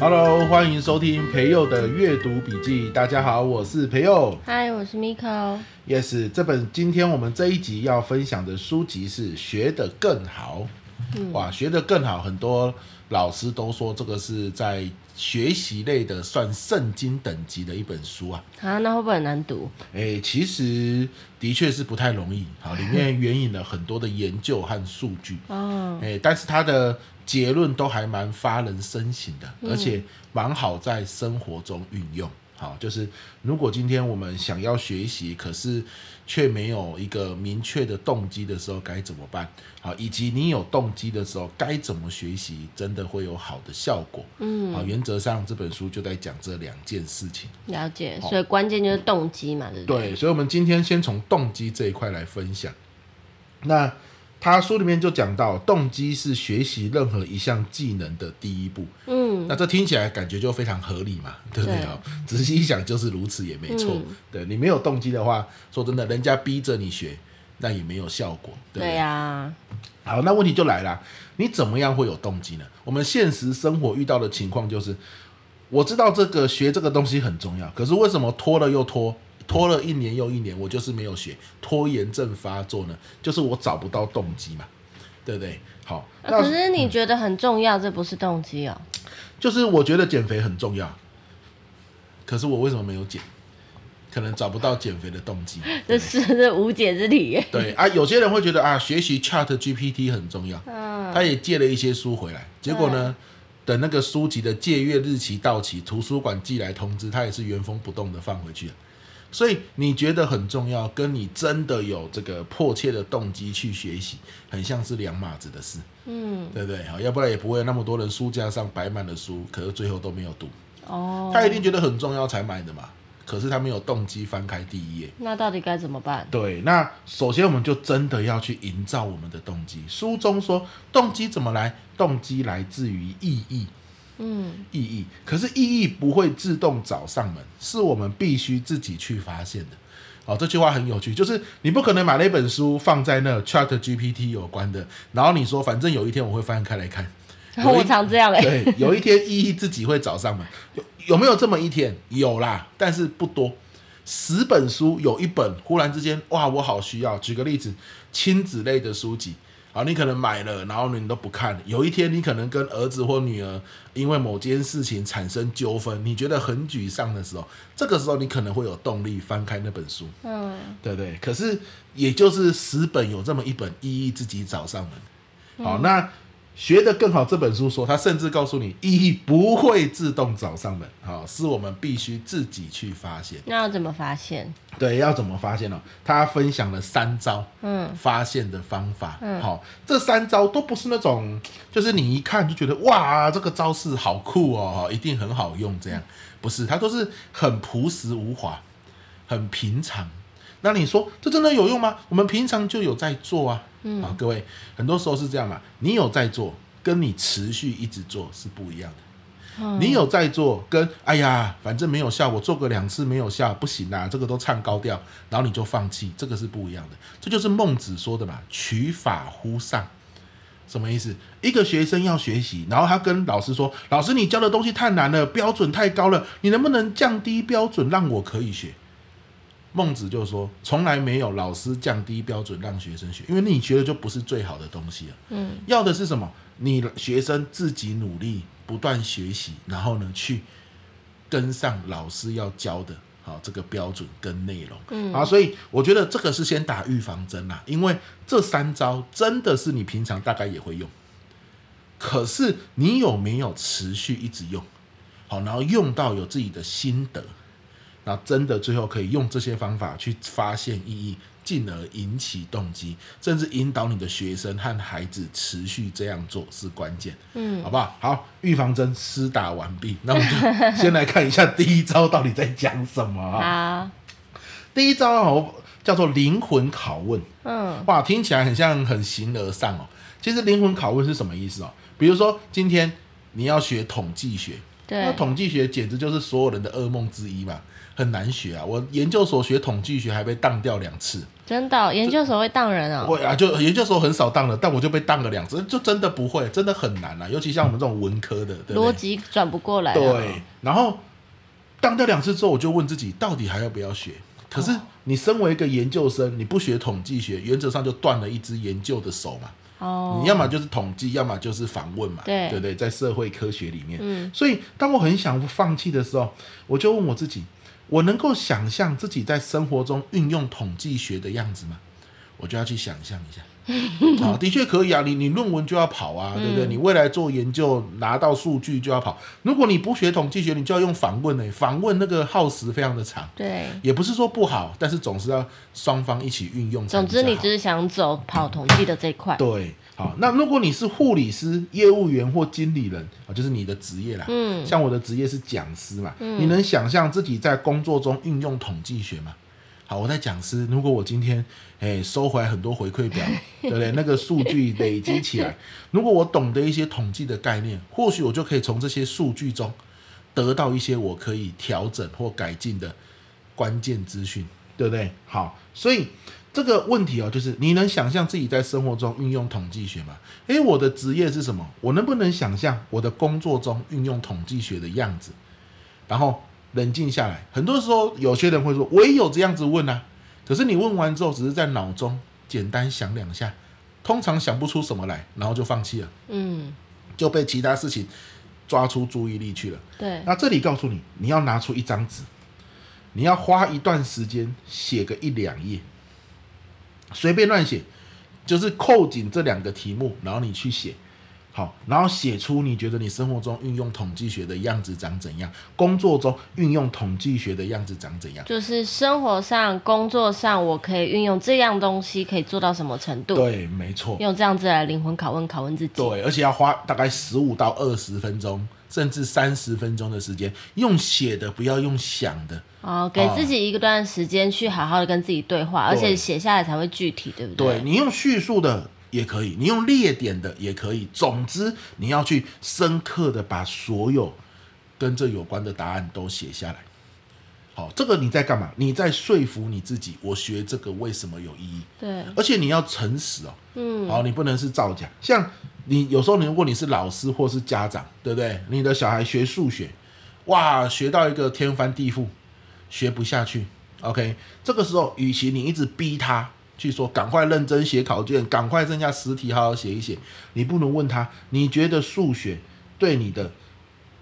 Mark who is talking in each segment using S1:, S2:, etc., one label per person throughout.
S1: Hello，欢迎收听培佑的阅读笔记。大家好，我是培佑。
S2: 嗨，我是 Miko。
S1: Yes，这本今天我们这一集要分享的书籍是《学得更好》。哇，学得更好，很多老师都说这个是在学习类的算圣经等级的一本书啊。
S2: 啊，那会不会很难读？
S1: 诶、其实的确是不太容易。好，里面援引了很多的研究和数据。
S2: 哦，
S1: 哎、但是他的结论都还蛮发人深省的，而且蛮好在生活中运用。好，就是如果今天我们想要学习，可是却没有一个明确的动机的时候，该怎么办？好，以及你有动机的时候，该怎么学习，真的会有好的效果。嗯，好，原则上这本书就在讲这两件事情。
S2: 了解。所以关键就是动机嘛，对不对？
S1: 对，所以我们今天先从动机这一块来分享。那他书里面就讲到，动机是学习任何一项技能的第一步。
S2: 嗯，
S1: 那这听起来感觉就非常合理嘛， 对不对哦？仔细一想就是如此，也没错。对你没有动机的话，说真的，人家逼着你学，那也没有效果，对不对
S2: 对呀，
S1: 好，那问题就来了，你怎么样会有动机呢？我们现实生活遇到的情况就是，我知道这个学这个东西很重要，可是为什么拖了又拖，拖了一年又一年，我就是没有学，拖延症发作呢？就是我找不到动机嘛，对不对？好，
S2: 啊
S1: 那
S2: 可是你觉得很重要，这不是动机哦。
S1: 就是我觉得减肥很重要，可是我为什么没有减？可能找不到减肥的动机。
S2: 这是这无解之题耶。
S1: 对啊，有些人会觉得啊，学习 Chat GPT 很重要，
S2: 嗯，
S1: 他也借了一些书回来，结果呢，等那个书籍的借阅日期到期，图书馆寄来通知，他也是原封不动的放回去了。所以你觉得很重要，跟你真的有这个迫切的动机去学习，很像是两码子的事，
S2: 嗯，
S1: 对不对？好，要不然也不会有那么多人书架上摆满了书，可是最后都没有读。
S2: 哦，
S1: 他一定觉得很重要才买的嘛，可是他没有动机翻开第一页。
S2: 那到底该怎么办？
S1: 对，那首先我们就真的要去营造我们的动机。书中说，动机怎么来？动机来自于意义，
S2: 嗯，
S1: 意义。可是意义不会自动找上门，是我们必须自己去发现的。哦，这句话很有趣，就是你不可能买了一本书放在那 Chat GPT 有关的，然后你说反正有一天我会翻开来看。有一
S2: 我常这样哎。
S1: 对，有一天意义自己会找上门。有有没有这么一天？有啦，但是不多。十本书有一本忽然之间，哇，我好需要。举个例子，亲子类的书籍，好，你可能买了，然后你都不看。有一天，你可能跟儿子或女儿因为某件事情产生纠纷，你觉得很沮丧的时候，这个时候你可能会有动力翻开那本书。
S2: 嗯，
S1: 对不对？可是也就是十本有这么一本意义自己找上门。好，那学得更好这本书说，它甚至告诉你，意义不会自动找上门，好，是我们必须自己去发现。
S2: 那要怎么发现？
S1: 对，要怎么发现呢？他分享了三招，
S2: 嗯，
S1: 发现的方法。好、这三招都不是那种，就是你一看就觉得哇，这个招式好酷哦，一定很好用这样。不是，它都是很朴实无华，很平常。那你说这真的有用吗？我们平常就有在做啊。嗯，啊，各位，很多时候是这样嘛，你有在做，跟你持续一直做是不一样的。你有在做，跟哎呀，反正没有效，我做个两次没有效，不行啦，这个都唱高调，然后你就放弃，这个是不一样的。这就是孟子说的嘛，取法乎上。什么意思？一个学生要学习，然后他跟老师说：“老师，你教的东西太难了，标准太高了，你能不能降低标准，让我可以学？”孟子就说：“从来没有老师降低标准让学生学，因为你学的就不是最好的东西了。
S2: 嗯，
S1: 要的是什么？你学生自己努力，不断学习，然后呢，去跟上老师要教的。”好，这个标准跟内容，嗯，啊，所以我觉得这个是先打预防针啦，因为这三招真的是你平常大概也会用，可是你有没有持续一直用？好，然后用到有自己的心得，那真的最后可以用这些方法去发现意义，进而引起动机，甚至引导你的学生和孩子持续这样做是关键。嗯，好不好？好，预防针施打完毕，那我们就先来看一下第一招到底在讲什么啊？
S2: 好，
S1: 第一招哦，叫做灵魂拷问。
S2: 嗯，
S1: 哇，听起来很像很形而上哦。其实灵魂拷问是什么意思哦？比如说今天你要学统计学，那
S2: 对，
S1: 统计学简直就是所有人的噩梦之一嘛。很难学啊。我研究所学统计学还被当掉两次，
S2: 真的哦、研究所会当人哦。
S1: 我啊就研究所很少当了，但我就被当了两次，就真的不会，真的很难啊。尤其像我们这种文科的，对不对
S2: 逻辑转不过来哦了。
S1: 对，然后当掉两次之后，我就问自己，到底还要不要学？可
S2: 哦
S1: 是你身为一个研究生，你不学统计学，原则上就断了一只研究的手嘛。
S2: 哦，
S1: 你要么就是统计，要么就是访问嘛，
S2: 对嗯
S1: 不对？在社会科学里面，所以当我很想放弃的时候，我就问我自己：我能够想象自己在生活中运用统计学的样子吗？我就要去想象 一下。啊，的确可以啊，你你论文就要跑啊，
S2: 嗯
S1: 对不对？你未来做研究拿到数据就要跑。如果你不学统计学，你就要用访问呢、欸访问那个耗时非常的长，
S2: 对，
S1: 也不是说不好，但是总是要双方一起运用才
S2: 总
S1: 比较好。
S2: 之你只是想走跑统计的这一块。
S1: 对，好，那如果你是护理师、业务员或经理人啊，就是你的职业啦。
S2: 嗯，
S1: 像我的职业是讲师嘛，你能想象自己在工作中运用统计学吗？好，我在讲师，如果我今天哎收回来很多回馈 表，对不对？那个数据累积起来，如果我懂得一些统计的概念，或许我就可以从这些数据中得到一些我可以调整或改进的关键资讯，对不对？好，所以这个问题哦，就是你能想象自己在生活中运用统计学吗？诶，我的职业是什么？我能不能想象我的工作中运用统计学的样子？然后冷静下来，很多时候有些人会说，我也有这样子问啊，可是你问完之后，只是在脑中简单想两下，通常想不出什么来，然后就放弃了，
S2: 嗯，
S1: 就被其他事情抓出注意力去了。
S2: 对，
S1: 那这里告诉你，你要拿出一张纸，你要花一段时间写个一两页，随便乱写，就是扣紧这两个题目，然后你去写。好，然后写出你觉得你生活中运用统计学的样子长怎样，工作中运用统计学的样子长怎样。
S2: 就是生活上、工作上，我可以运用这样东西，可以做到什么程度？
S1: 对，没错，
S2: 用这样子来灵魂拷问拷问自己。
S1: 对，而且要花大概十五到二十分钟，甚至三十分钟的时间，用写的，不要用想的。啊
S2: 哦，给自己一段时间去好好的跟自己对话，而且写下来才会具体，对不
S1: 对？你用叙述的也可以，你用列点的也可以。总之，你要去深刻的把所有跟这有关的答案都写下来。好，这个你在干嘛？你在说服你自己，我学这个为什么有意义？
S2: 对
S1: 而且你要诚实哦，嗯，好，你不能是造假。像你有时候，你如果你是老师或是家长，对不对？你的小孩学数学，哇，学到一个天翻地覆，学不下去。OK，这个时候，与其你一直逼他去说赶快认真写考卷，赶快剩下十题好好写一写，你不能问他，你觉得数学对你的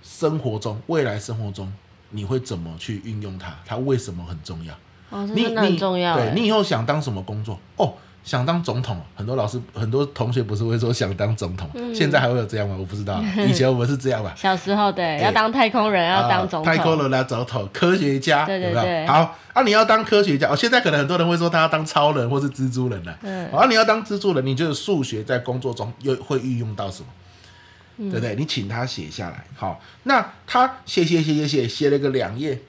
S1: 生活中、未来生活中，你会怎么去运用它？它为什么很重要？
S2: 哦，这
S1: 你
S2: 真的很重要
S1: 你对
S2: 哎。。
S1: 你以后想当什么工作？哦，想当总统。啊很多老师、很多同学不是会说想当总统？啊现在还会有这样吗？我不知道，啊以前我们是这样吧
S2: 小时候对，要当太空人，要当总统，
S1: 啊太空人啦，总统、科学家，
S2: 对对
S1: 有没
S2: 对
S1: 有？好啊，你要当科学家哦。现在可能很多人会说他要当超人或是蜘蛛人了、啊。
S2: 嗯
S1: 好啊，你要当蜘蛛人，你觉得数学在工作中又会运用到什么？
S2: 嗯
S1: 对不对？你请他写下来。好，那他写写写写写写了个两页，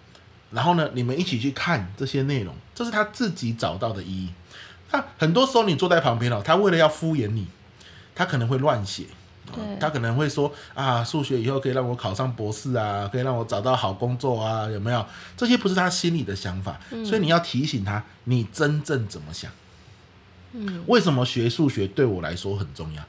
S1: 然后呢，你们一起去看这些内容，这是他自己找到的意义。那很多时候你坐在旁边哦，他为了要敷衍你，他可能会乱写。
S2: 对
S1: 他可能会说啊，数学以后可以让我考上博士啊，可以让我找到好工作啊，有没有？这些不是他心里的想法，所以你要提醒他，你真正怎么想。嗯，为什么学数学对我来说很重要？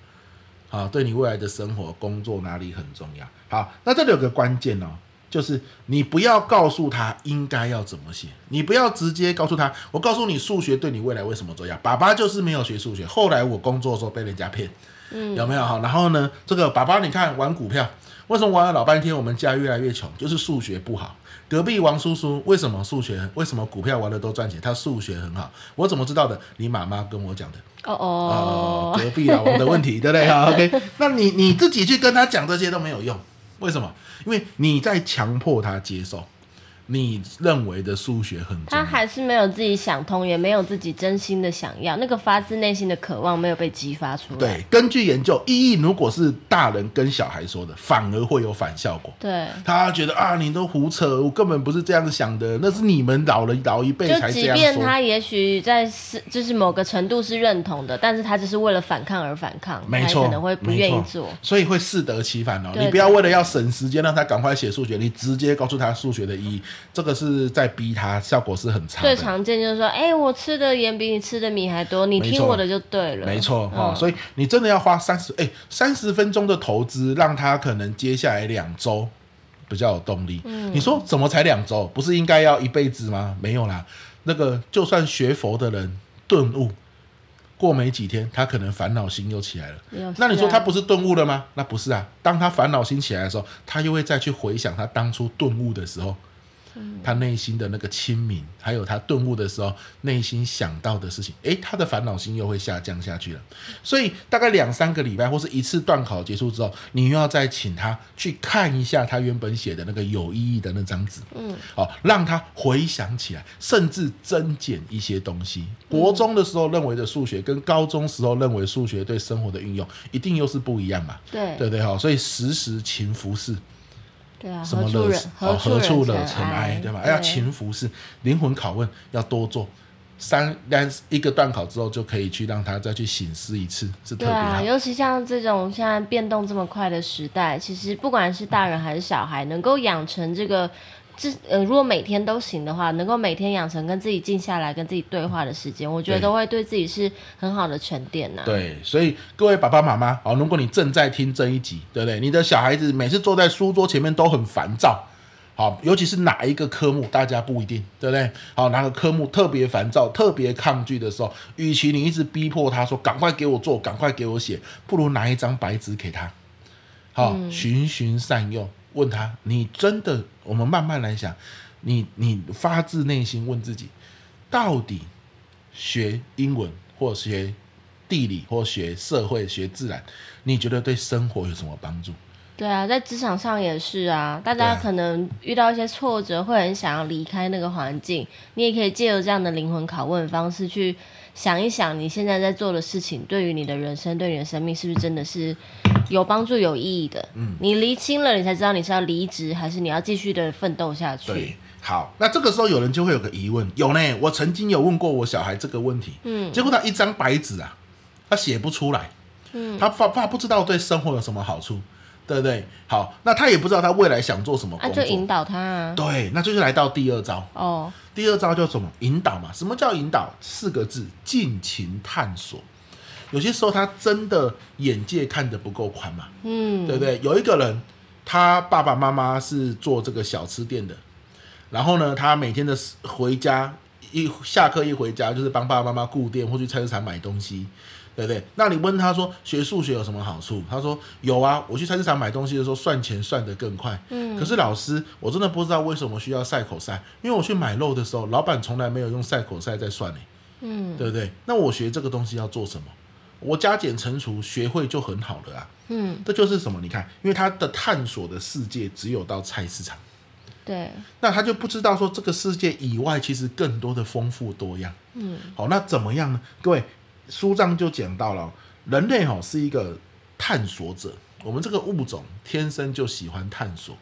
S1: 好，对你未来的生活、工作哪里很重要？好，那这里有个关键哦，就是你不要告诉他应该要怎么写，你不要直接告诉他，我告诉你数学对你未来为什么重要。爸爸就是没有学数学，后来我工作的时候被人家骗，嗯，有没有哈？然后呢，这个爸爸你看玩股票，为什么玩了老半天我们家越来越穷？就是数学不好。隔壁王叔叔为什么数学很为什么股票玩的都赚钱？他数学很好，我怎么知道的？你妈妈跟我讲的。
S2: 哦
S1: 哦，
S2: 哦，
S1: 隔壁老王的问题，对不对啊？OK，那你你自己去跟他讲这些都没有用，为什么？因为你在强迫他接受你认为的数学很重
S2: 他
S1: 要。
S2: 还是没有自己想通，也没有自己真心的想要，那个发自内心的渴望没有被激发出来。
S1: 对，根据研究，意义如果是大人跟小孩说的，反而会有反效果。
S2: 对，
S1: 他觉得啊，你都胡扯，我根本不是这样想的，那是你们老了老一辈
S2: 就
S1: 才这
S2: 即
S1: 样
S2: 便
S1: 说。
S2: 他也许在是就是某个程度是认同的，但是他就是为了反抗而反抗，
S1: 没
S2: 他
S1: 错，
S2: 可能会不愿
S1: 没
S2: 意
S1: 错
S2: 做。
S1: 所以会适得其反哦。
S2: 对
S1: 你不要为了要省时间让他赶快写数学，你直接告诉他数学的意义，这个是在逼他，效果是很差
S2: 最
S1: 的。
S2: 常见就是说，哎、我吃的盐比你吃的米还多，你
S1: 没
S2: 听
S1: 错
S2: 我的就对了。
S1: 没错
S2: 嗯
S1: 哦，所以你真的要花三十哎三十分钟的投资，让他可能接下来两周比较有动力。
S2: 嗯
S1: 你说怎么才两周？不是应该要一辈子吗？没有啦，那个就算学佛的人顿悟，过没几天，他可能烦恼心又起来了。
S2: 有
S1: 那你
S2: 是
S1: 说
S2: 啊
S1: 他不是顿悟了吗？那不是啊，当他烦恼心起来的时候，他又会再去回想他当初顿悟的时候，他内心的那个清明，还有他顿悟的时候内心想到的事情，诶，他的烦恼心又会下降下去了。所以大概两三个礼拜或是一次段考结束之后，你又要再请他去看一下他原本写的那个有意义的那张纸，嗯，哦，让他回想起来，甚至增减一些东西。国中的时候认为的数学跟高中时候认为数学对生活的运用，一定又是不一样嘛，
S2: 对
S1: 对不对哈、所以时时勤拂拭。
S2: 对啊，
S1: 什
S2: 何
S1: 么
S2: 处
S1: 惹
S2: 人哎
S1: 哦何
S2: 处
S1: 处
S2: 惹
S1: 惹尘埃，对吧？哎要勤拂拭，灵魂拷问要多做。三单一个段考之后，就可以去让他再去醒思一次，是特
S2: 对
S1: 别
S2: 啊，
S1: 好。
S2: 尤其像这种现在变动这么快的时代，其实不管是大人还是小孩，能够养成这个。这呃，如果每天都行的话，能够每天养成跟自己静下来、跟自己对话的时间，我觉得
S1: 对
S2: 都会对自己是很好的沉淀呐、
S1: 对，所以各位爸爸妈妈，好，如果你正在听这一集，对不对？你的小孩子每次坐在书桌前面都很烦躁，好，尤其是哪一个科目，大家不一定，对不对？好，哪个科目特别烦躁、特别抗拒的时候，与其你一直逼迫他说赶快给我做、赶快给我写，不如拿一张白纸给他，好，循循善诱，问他，你真的，我们慢慢来想，你你发自内心问自己，到底学英文或学地理或学社会学自然，你觉得对生活有什么帮助？
S2: 对啊，在职场上也是啊，大
S1: 对
S2: 家
S1: 啊
S2: 可能遇到一些挫折，会很想要离开那个环境。你也可以借由这样的灵魂拷问方式去想一想，你现在在做的事情对于你的人生、对你的生命是不是真的是有帮助、有意义的？嗯，你厘清了，你才知道你是要离职，还是你要继续的奋斗下去
S1: 对。，好，那这个时候有人就会有个疑问，有呢，我曾经有问过我小孩这个问题，嗯，结果他一张白纸啊，他写不出来，嗯，他怕怕不知道对生活有什么好处，对不对？好，那他也不知道他未来想做什么
S2: 啊，
S1: 工作，
S2: 就引导他啊。
S1: 对，那就是来到第二招，
S2: 哦，
S1: 第二招叫什么？引导嘛。什么叫引导？四个字：尽情探索。有些时候他真的眼界看得不够宽嘛，
S2: 嗯，
S1: 对不对？有一个人，他爸爸妈妈是做这个小吃店的，然后呢，他每天的回家一下课一回家就是帮爸爸妈妈顾店或去菜市场买东西，对不对？那你问他说学数学有什么好处？他说有啊，我去菜市场买东西的时候算钱算得更快。嗯，可是老师，我真的不知道为什么需要晒口塞，因为我去买肉的时候，老板从来没有用晒口塞在算呢、
S2: 嗯，
S1: 对不对？那我学这个东西要做什么？我加减乘除学会就很好了啊。
S2: 嗯，
S1: 这就是什么？你看，因为他的探索的世界只有到菜市场，
S2: 对，
S1: 那他就不知道说这个世界以外其实更多的丰富多样。嗯，好，那怎么样呢？各位，书上就讲到了哦，人类哦是一个探索者，我们这个物种天生就喜欢探索。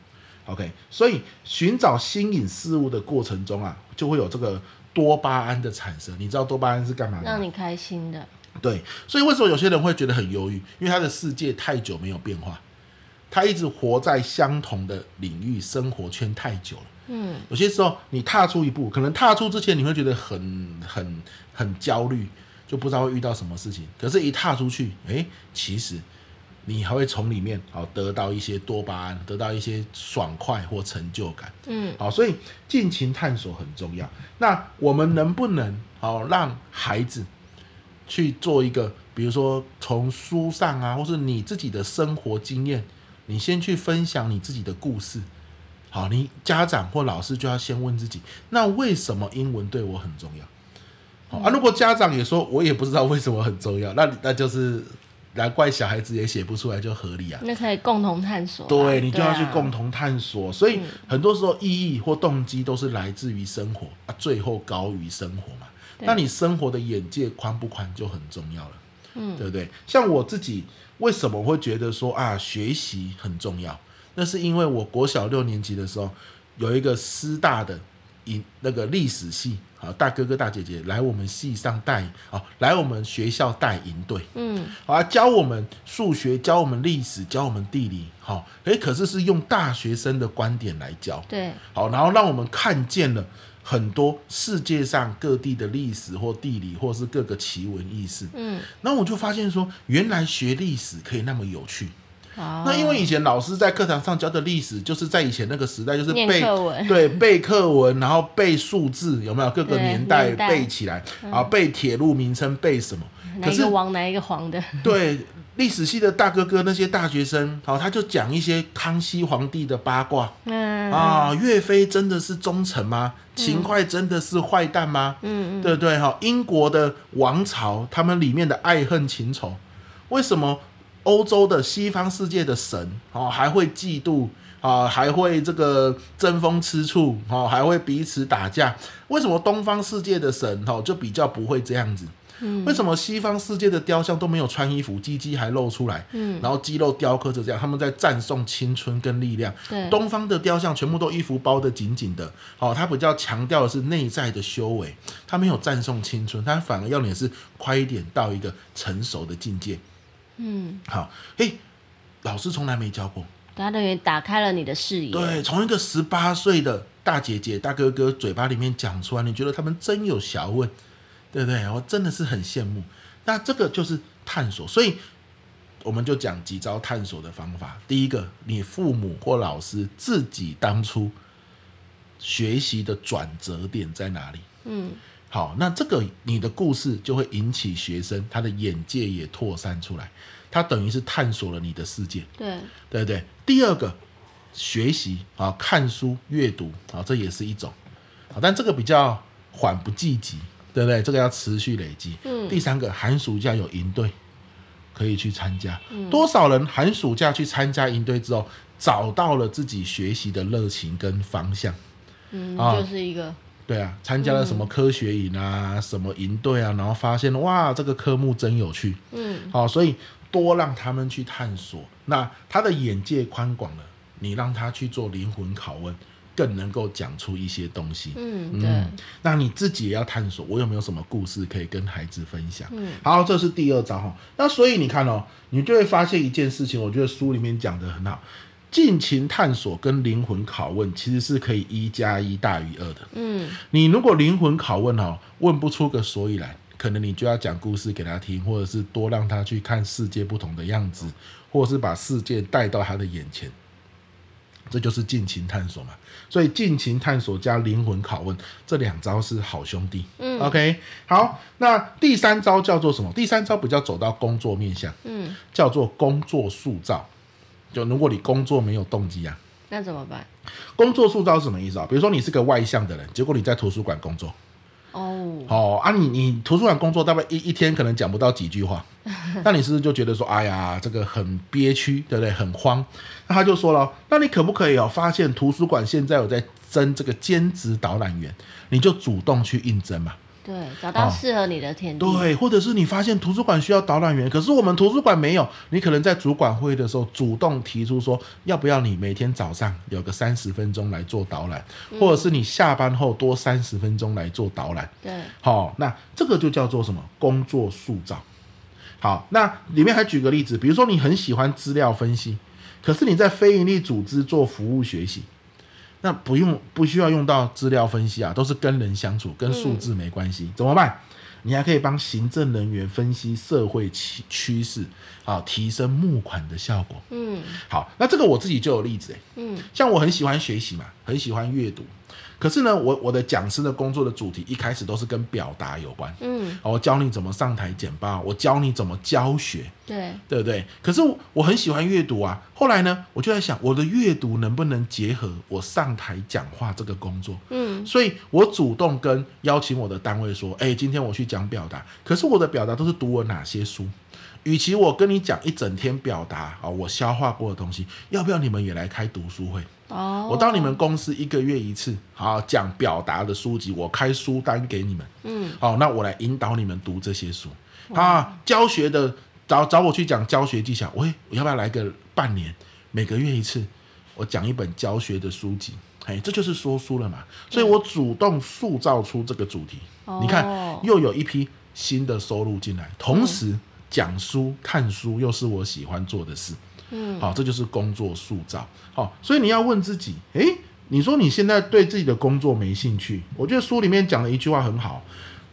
S1: OK，所以寻找新颖事物的过程中啊，就会有这个多巴胺的产生。你知道多巴胺是干嘛的吗？
S2: 让你开心的。
S1: 对，所以为什么有些人会觉得很忧郁？因为他的世界太久没有变化，他一直活在相同的领域生活圈太久了。
S2: 嗯，
S1: 有些时候你踏出一步，可能踏出之前你会觉得很很很焦虑，就不知道会遇到什么事情。可是，一踏出去，诶，其实你还会从里面好得到一些多巴胺，得到一些爽快或成就感。
S2: 嗯，
S1: 好，所以尽情探索很重要。那我们能不能好让孩子去做一个，比如说从书上啊，或是你自己的生活经验，你先去分享你自己的故事。好，你家长或老师就要先问自己，那为什么英文对我很重要？好啊，如果家长也说我也不知道为什么很重要，那那就是难怪小孩子也写不出来就合理啊。
S2: 那可以共同探索啊。
S1: 对你就要去
S2: 啊嗯
S1: 共同探索，所以很多时候意义或动机都是来自于生活啊，最后高于生活嘛。
S2: 对
S1: 那你生活的眼界宽不宽就很重要了，嗯，对不对？像我自己为什么会觉得说啊，学习很重要？那是因为我国小六年级的时候有一个师大的以那个历史系啊，大哥哥大姐姐来我们系上带啊，来我们学校带营队，
S2: 嗯，
S1: 好啊，教我们数学，教我们历史，教我们地理，好、诶，可是是用大学生的观点来教，
S2: 对，
S1: 好，然后让我们看见了很多世界上各地的历史或地理，或是各个奇闻异事。
S2: 嗯，
S1: 那我就发现说，原来学历史可以那么有趣。
S2: 好，
S1: 那因为以前老师在课堂上教的历史，就是在以前那个时代，就是
S2: 念
S1: 背
S2: 课文
S1: 对背课文，然后背数字，有没有各个
S2: 对
S1: 年代
S2: 年代嗯
S1: 背起来啊？背铁路名称，背什么？
S2: 哪
S1: 可
S2: 一
S1: 是
S2: 个王哪一个皇 的，
S1: 对历史系的大哥哥那些大学生，好、他就讲一些康熙皇帝的八卦。
S2: 嗯，
S1: 啊，岳飞真的是忠臣吗？秦桧真的是坏蛋吗？
S2: 嗯
S1: 对不对哈？英国的王朝，他们里面的爱恨情仇，为什么欧洲的西方世界的神哦还会嫉妒啊，还会这个争风吃醋哦，还会彼此打架？为什么东方世界的神哦就比较不会这样子？
S2: 嗯
S1: 为什么西方世界的雕像都没有穿衣服，鸡鸡还露出来，
S2: 嗯
S1: 然后肌肉雕刻着这样，他们在赞颂青春跟力量。
S2: 对，
S1: 东方的雕像全部都衣服包得紧紧的，哦，他比较强调的是内在的修为，他没有赞颂青春，他反而要你是快一点到一个成熟的境界。
S2: 嗯，
S1: 好，诶，老师从来没教过，
S2: 他等于打开了你的视野，
S1: 对，从一个十八岁的大姐姐、大哥哥嘴巴里面讲出来，你觉得他们真有学问，对不对？我真的是很羡慕。那这个就是探索，所以我们就讲几招探索的方法。第一个，你父母或老师自己当初学习的转折点在哪里？
S2: 嗯，
S1: 好，那这个你的故事就会引起学生他的眼界也拓散出来，他等于是探索了你的世界。
S2: 对，
S1: 对不对？第二个，学习啊，看书、阅读啊，这也是一种啊，但这个比较缓不济急，对不对？这个要持续累积。
S2: 嗯
S1: 第三个，寒暑假有营队可以去参加，多少人寒暑假去参加营队之后，找到了自己学习的热情跟方向。
S2: 嗯，
S1: 啊
S2: 就是一个，
S1: 对啊，参加了什么科学营啊，什么营队啊，然后发现哇，这个科目真有趣，
S2: 嗯，
S1: 好、所以多让他们去探索，那他的眼界宽广了，你让他去做灵魂拷问，更能够讲出一些东西。
S2: 嗯，对，，
S1: 那你自己也要探索，我有没有什么故事可以跟孩子分享？
S2: 嗯，
S1: 好，这是第二招哈。那所以你看哦，你就会发现一件事情，我觉得书里面讲的很好，尽情探索跟灵魂拷问其实是可以一加一大于二的。
S2: 嗯，
S1: 你如果灵魂拷问哦，问不出个所以然，可能你就要讲故事给他听，或者是多让他去看世界不同的样子，或者是把世界带到他的眼前。这就是尽情探索嘛，所以尽情探索加灵魂拷问这两招是好兄弟。
S2: 嗯
S1: ，OK，好，那第三招叫做什么？第三招比较走到工作面向，
S2: 嗯，
S1: 叫做工作塑造。就如果你工作没有动机啊，
S2: 那怎么办？
S1: 工作塑造是什么意思啊？比如说你是个外向的人，结果你在图书馆工作，
S2: 哦，
S1: 哦啊你，你图书馆工作大概一一天可能讲不到几句话，那你是不是就觉得说，哎呀，这个很憋屈，对不对？很慌。那他就说了，那你可不可以哦，发现图书馆现在有在征这个兼职导览员，你就主动去应征嘛。
S2: 对，找到
S1: 哦
S2: 适合你的天地，
S1: 对，或者是你发现图书馆需要导览员，可是我们图书馆没有，你可能在主管会的时候主动提出说，要不要你每天早上有个三十分钟来做导览，或者是你下班后多三十分钟来做导览。
S2: 对，
S1: 好、那这个就叫做什么？工作塑造。好，那里面还举个例子，比如说你很喜欢资料分析，可是你在非营利组织做服务学习，那不用不需要用到资料分析啊，都是跟人相处，跟数字没关系，怎么办？你还可以帮行政人员分析社会趋趋势，啊，提升募款的效果。
S2: 嗯
S1: 好，那这个我自己就有例子、欸，
S2: 嗯
S1: 像我很喜欢学习嘛，很喜欢阅读，可是呢，我我的讲师的工作的主题一开始都是跟表达有关，
S2: 嗯，
S1: 哦我教你怎么上台简报，我教你怎么教学，
S2: 对，
S1: 对不对？可是我我很喜欢阅读啊，后来呢，我就在想，我的阅读能不能结合我上台讲话这个工作？
S2: 嗯
S1: 所以我主动跟邀请我的单位说，哎，今天我去讲表达，可是我的表达都是读我哪些书。与其我跟你讲一整天表达啊、哦我消化过的东西，要不要你们也来开读书会？
S2: 哦，
S1: 我到你们公司一个月一次，好讲表达的书籍，我开书单给你们。
S2: 嗯
S1: 好，那我来引导你们读这些书啊。教学的找找我去讲教学技巧，喂，我要不要来个半年，每个月一次，我讲一本教学的书籍？哎，这就是说书了嘛。所以我主动塑造出这个主题，
S2: 哦
S1: 你看又有一批新的收入进来，同时讲书、看书又是我喜欢做的事。
S2: 嗯，
S1: 好、这就是工作塑造。好、所以你要问自己，诶，你说你现在对自己的工作没兴趣，我觉得书里面讲的一句话很好。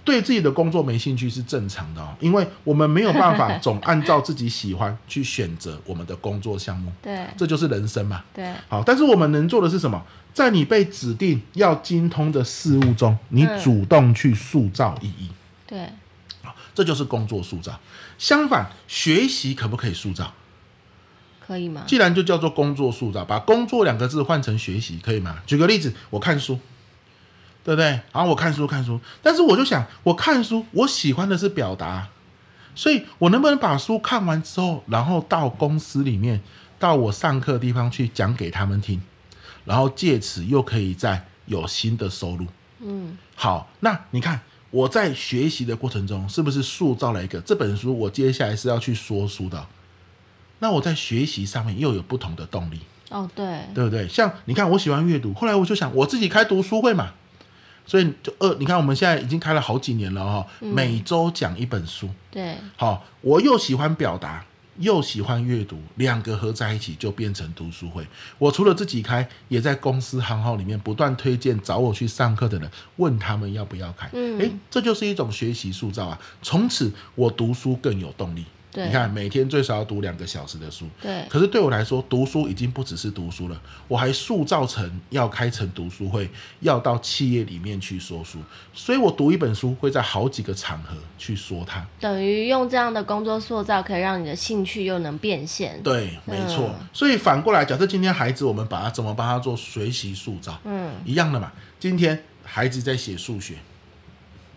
S1: 对自己的工作没兴趣是正常的、哦，因为我们没有办法总按照自己喜欢去选择我们的工作项目，
S2: 对
S1: 这就是人生嘛。
S2: 对，
S1: 好，但是我们能做的是什么？在你被指定要精通的事物中，你
S2: 嗯
S1: 主动去塑造意义，
S2: 对，
S1: 这就是工作塑造。相反，学习可不可以塑造？
S2: 可以吗？
S1: 既然就叫做工作塑造，把“工作”两个字换成学习，可以吗？举个例子，我看书，对不对？然后我看书看书，但是我就想，我看书，我喜欢的是表达，所以我能不能把书看完之后，然后到公司里面，到我上课的地方去讲给他们听，然后借此又可以再有新的收入。
S2: 嗯，
S1: 好，那你看我在学习的过程中，是不是塑造了一个这本书？我接下来是要去说书的哦。那我在学习上面又有不同的动力，
S2: 哦，对，
S1: 对不对？像你看，我喜欢阅读，后来我就想我自己开读书会嘛，所以就呃，你看我们现在已经开了好几年了哈、哦，每周讲一本书。
S2: 对，
S1: 好、我又喜欢表达，又喜欢阅读，两个合在一起就变成读书会。我除了自己开，也在公司行号里面不断推荐找我去上课的人，问他们要不要开。
S2: 嗯
S1: 诶，这就是一种学习塑造啊！从此我读书更有动力。
S2: 对
S1: 你看，每天最少要读两个小时的书。
S2: 对，
S1: 可是对我来说，读书已经不只是读书了，我还塑造成要开成读书会，要到企业里面去说书。所以我读一本书会在好几个场合去说它。
S2: 等于用这样的工作塑造，可以让你的兴趣又能变现。
S1: 对，没错。
S2: 嗯
S1: 所以反过来，假设今天孩子，我们把他怎么帮他做学习塑造，
S2: 嗯，
S1: 一样的嘛。今天孩子在写数学，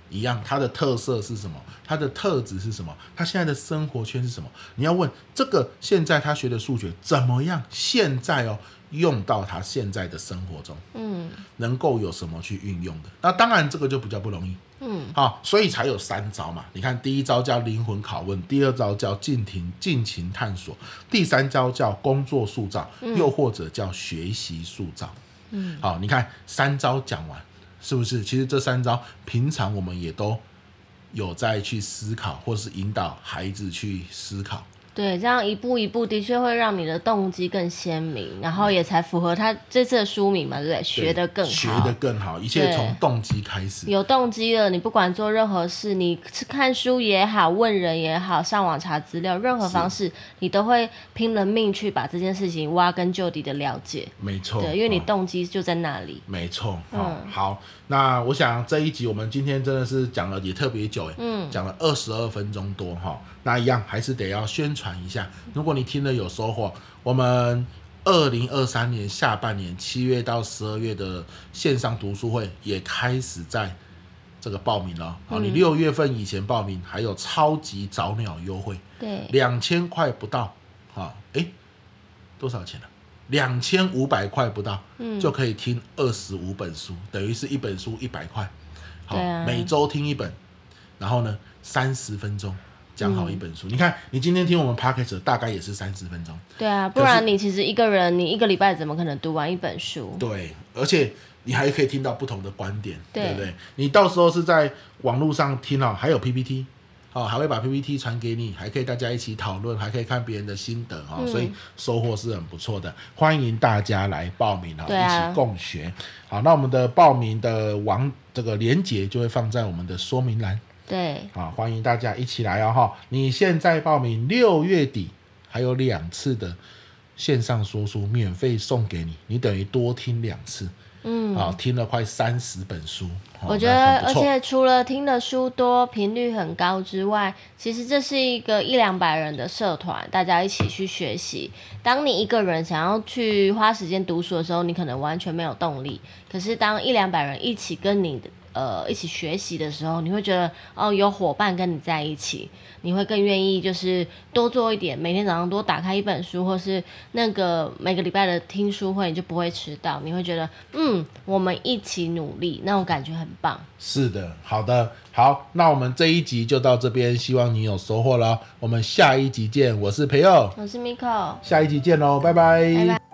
S1: 一样，他的特色是什么？他的特质是什么？他现在的生活圈是什么？你要问这个现在他学的数学怎么样？现在哦，用到他现在的生活中，
S2: 嗯
S1: 能够有什么去运用的？那当然，这个就比较不容易。
S2: 嗯，
S1: 好、所以才有三招嘛。你看，第一招叫灵魂拷问，第二招叫尽情尽情探索，第三招叫工作塑造，
S2: 嗯
S1: 又或者叫学习塑造。嗯，好、你看三招讲完，是不是？其实这三招平常我们也都有在去思考，或是引导孩子去思考。
S2: 对，这样一步一步的确会让你的动机更鲜明，然后也才符合他这次的书名嘛，对不对？学得更好，
S1: 嗯学得更好，一切
S2: 对
S1: 从动机开始。
S2: 有动机了，你不管做任何事，你是看书也好，问人也好，上网查资料，任何方式，你都会拼了命去把这件事情挖根究底的了解。
S1: 没错，
S2: 对，因为你
S1: 哦
S2: 动机就在那里。
S1: 没错，哦，好，那我想这一集我们今天真的是讲了也特别久，哎，嗯，讲了二十二分钟多哈、那一样还是得要宣传一下，如果你听了有收获，我们二零二三年下半年七月到十二月的线上读书会也开始在。这个报名了，好，你六月份以前报名，还有超级早鸟优惠，
S2: 对，
S1: 两千块不到，啊，诶，多少钱呢、啊？两千五百块不到，
S2: 嗯
S1: 就可以听二十五本书，等于是一本书一百块，好，
S2: 对啊
S1: 每周听一本，然后呢，三十分钟讲好一本
S2: 嗯
S1: 书。你看，你今天听我们 podcast 大概也是三十分钟，
S2: 对啊，不
S1: 可是
S2: 然你其实一个人，你一个礼拜怎么可能读完一本书？
S1: 对，而且你还可以听到不同的观点，
S2: 对
S1: 对不对？你到时候是在网络上听哦，还有 PPT。哦，还会把 PPT 传给你，还可以大家一起讨论，还可以看别人的心得哦，所
S2: 嗯
S1: 以收获是很不错的。欢迎大家来报名哦，
S2: 对啊
S1: 一起共学。好，那我们的报名的网这个连接就会放在我们的说明栏。
S2: 对，
S1: 啊，欢迎大家一起来哦哈！你现在报名，六月底还有两次的线上说书免费送给你，你等于多听两次，
S2: 嗯，
S1: 啊，听了快三十本书，哦
S2: 我觉
S1: 那
S2: 得，
S1: 很
S2: 而
S1: 不错
S2: 且除了听的书多、频率很高之外，其实这是一个一两百人的社团，大家一起去学习。当你一个人想要去花时间读书的时候，你可能完全没有动力。可是当一两百人一起跟你呃一起学习的时候，你会觉得哦，有伙伴跟你在一起，你会更愿意就是多做一点，每天早上多打开一本书，或是那个每个礼拜的听书会，你就不会迟到。你会觉得嗯，我们一起努力，那种感觉很棒。
S1: 是的，好的，好，那我们这一集就到这边，希望你有收获了，我们下一集见，我是培佑，
S2: 我是 Miko。
S1: 下一集见喽，拜
S2: 拜拜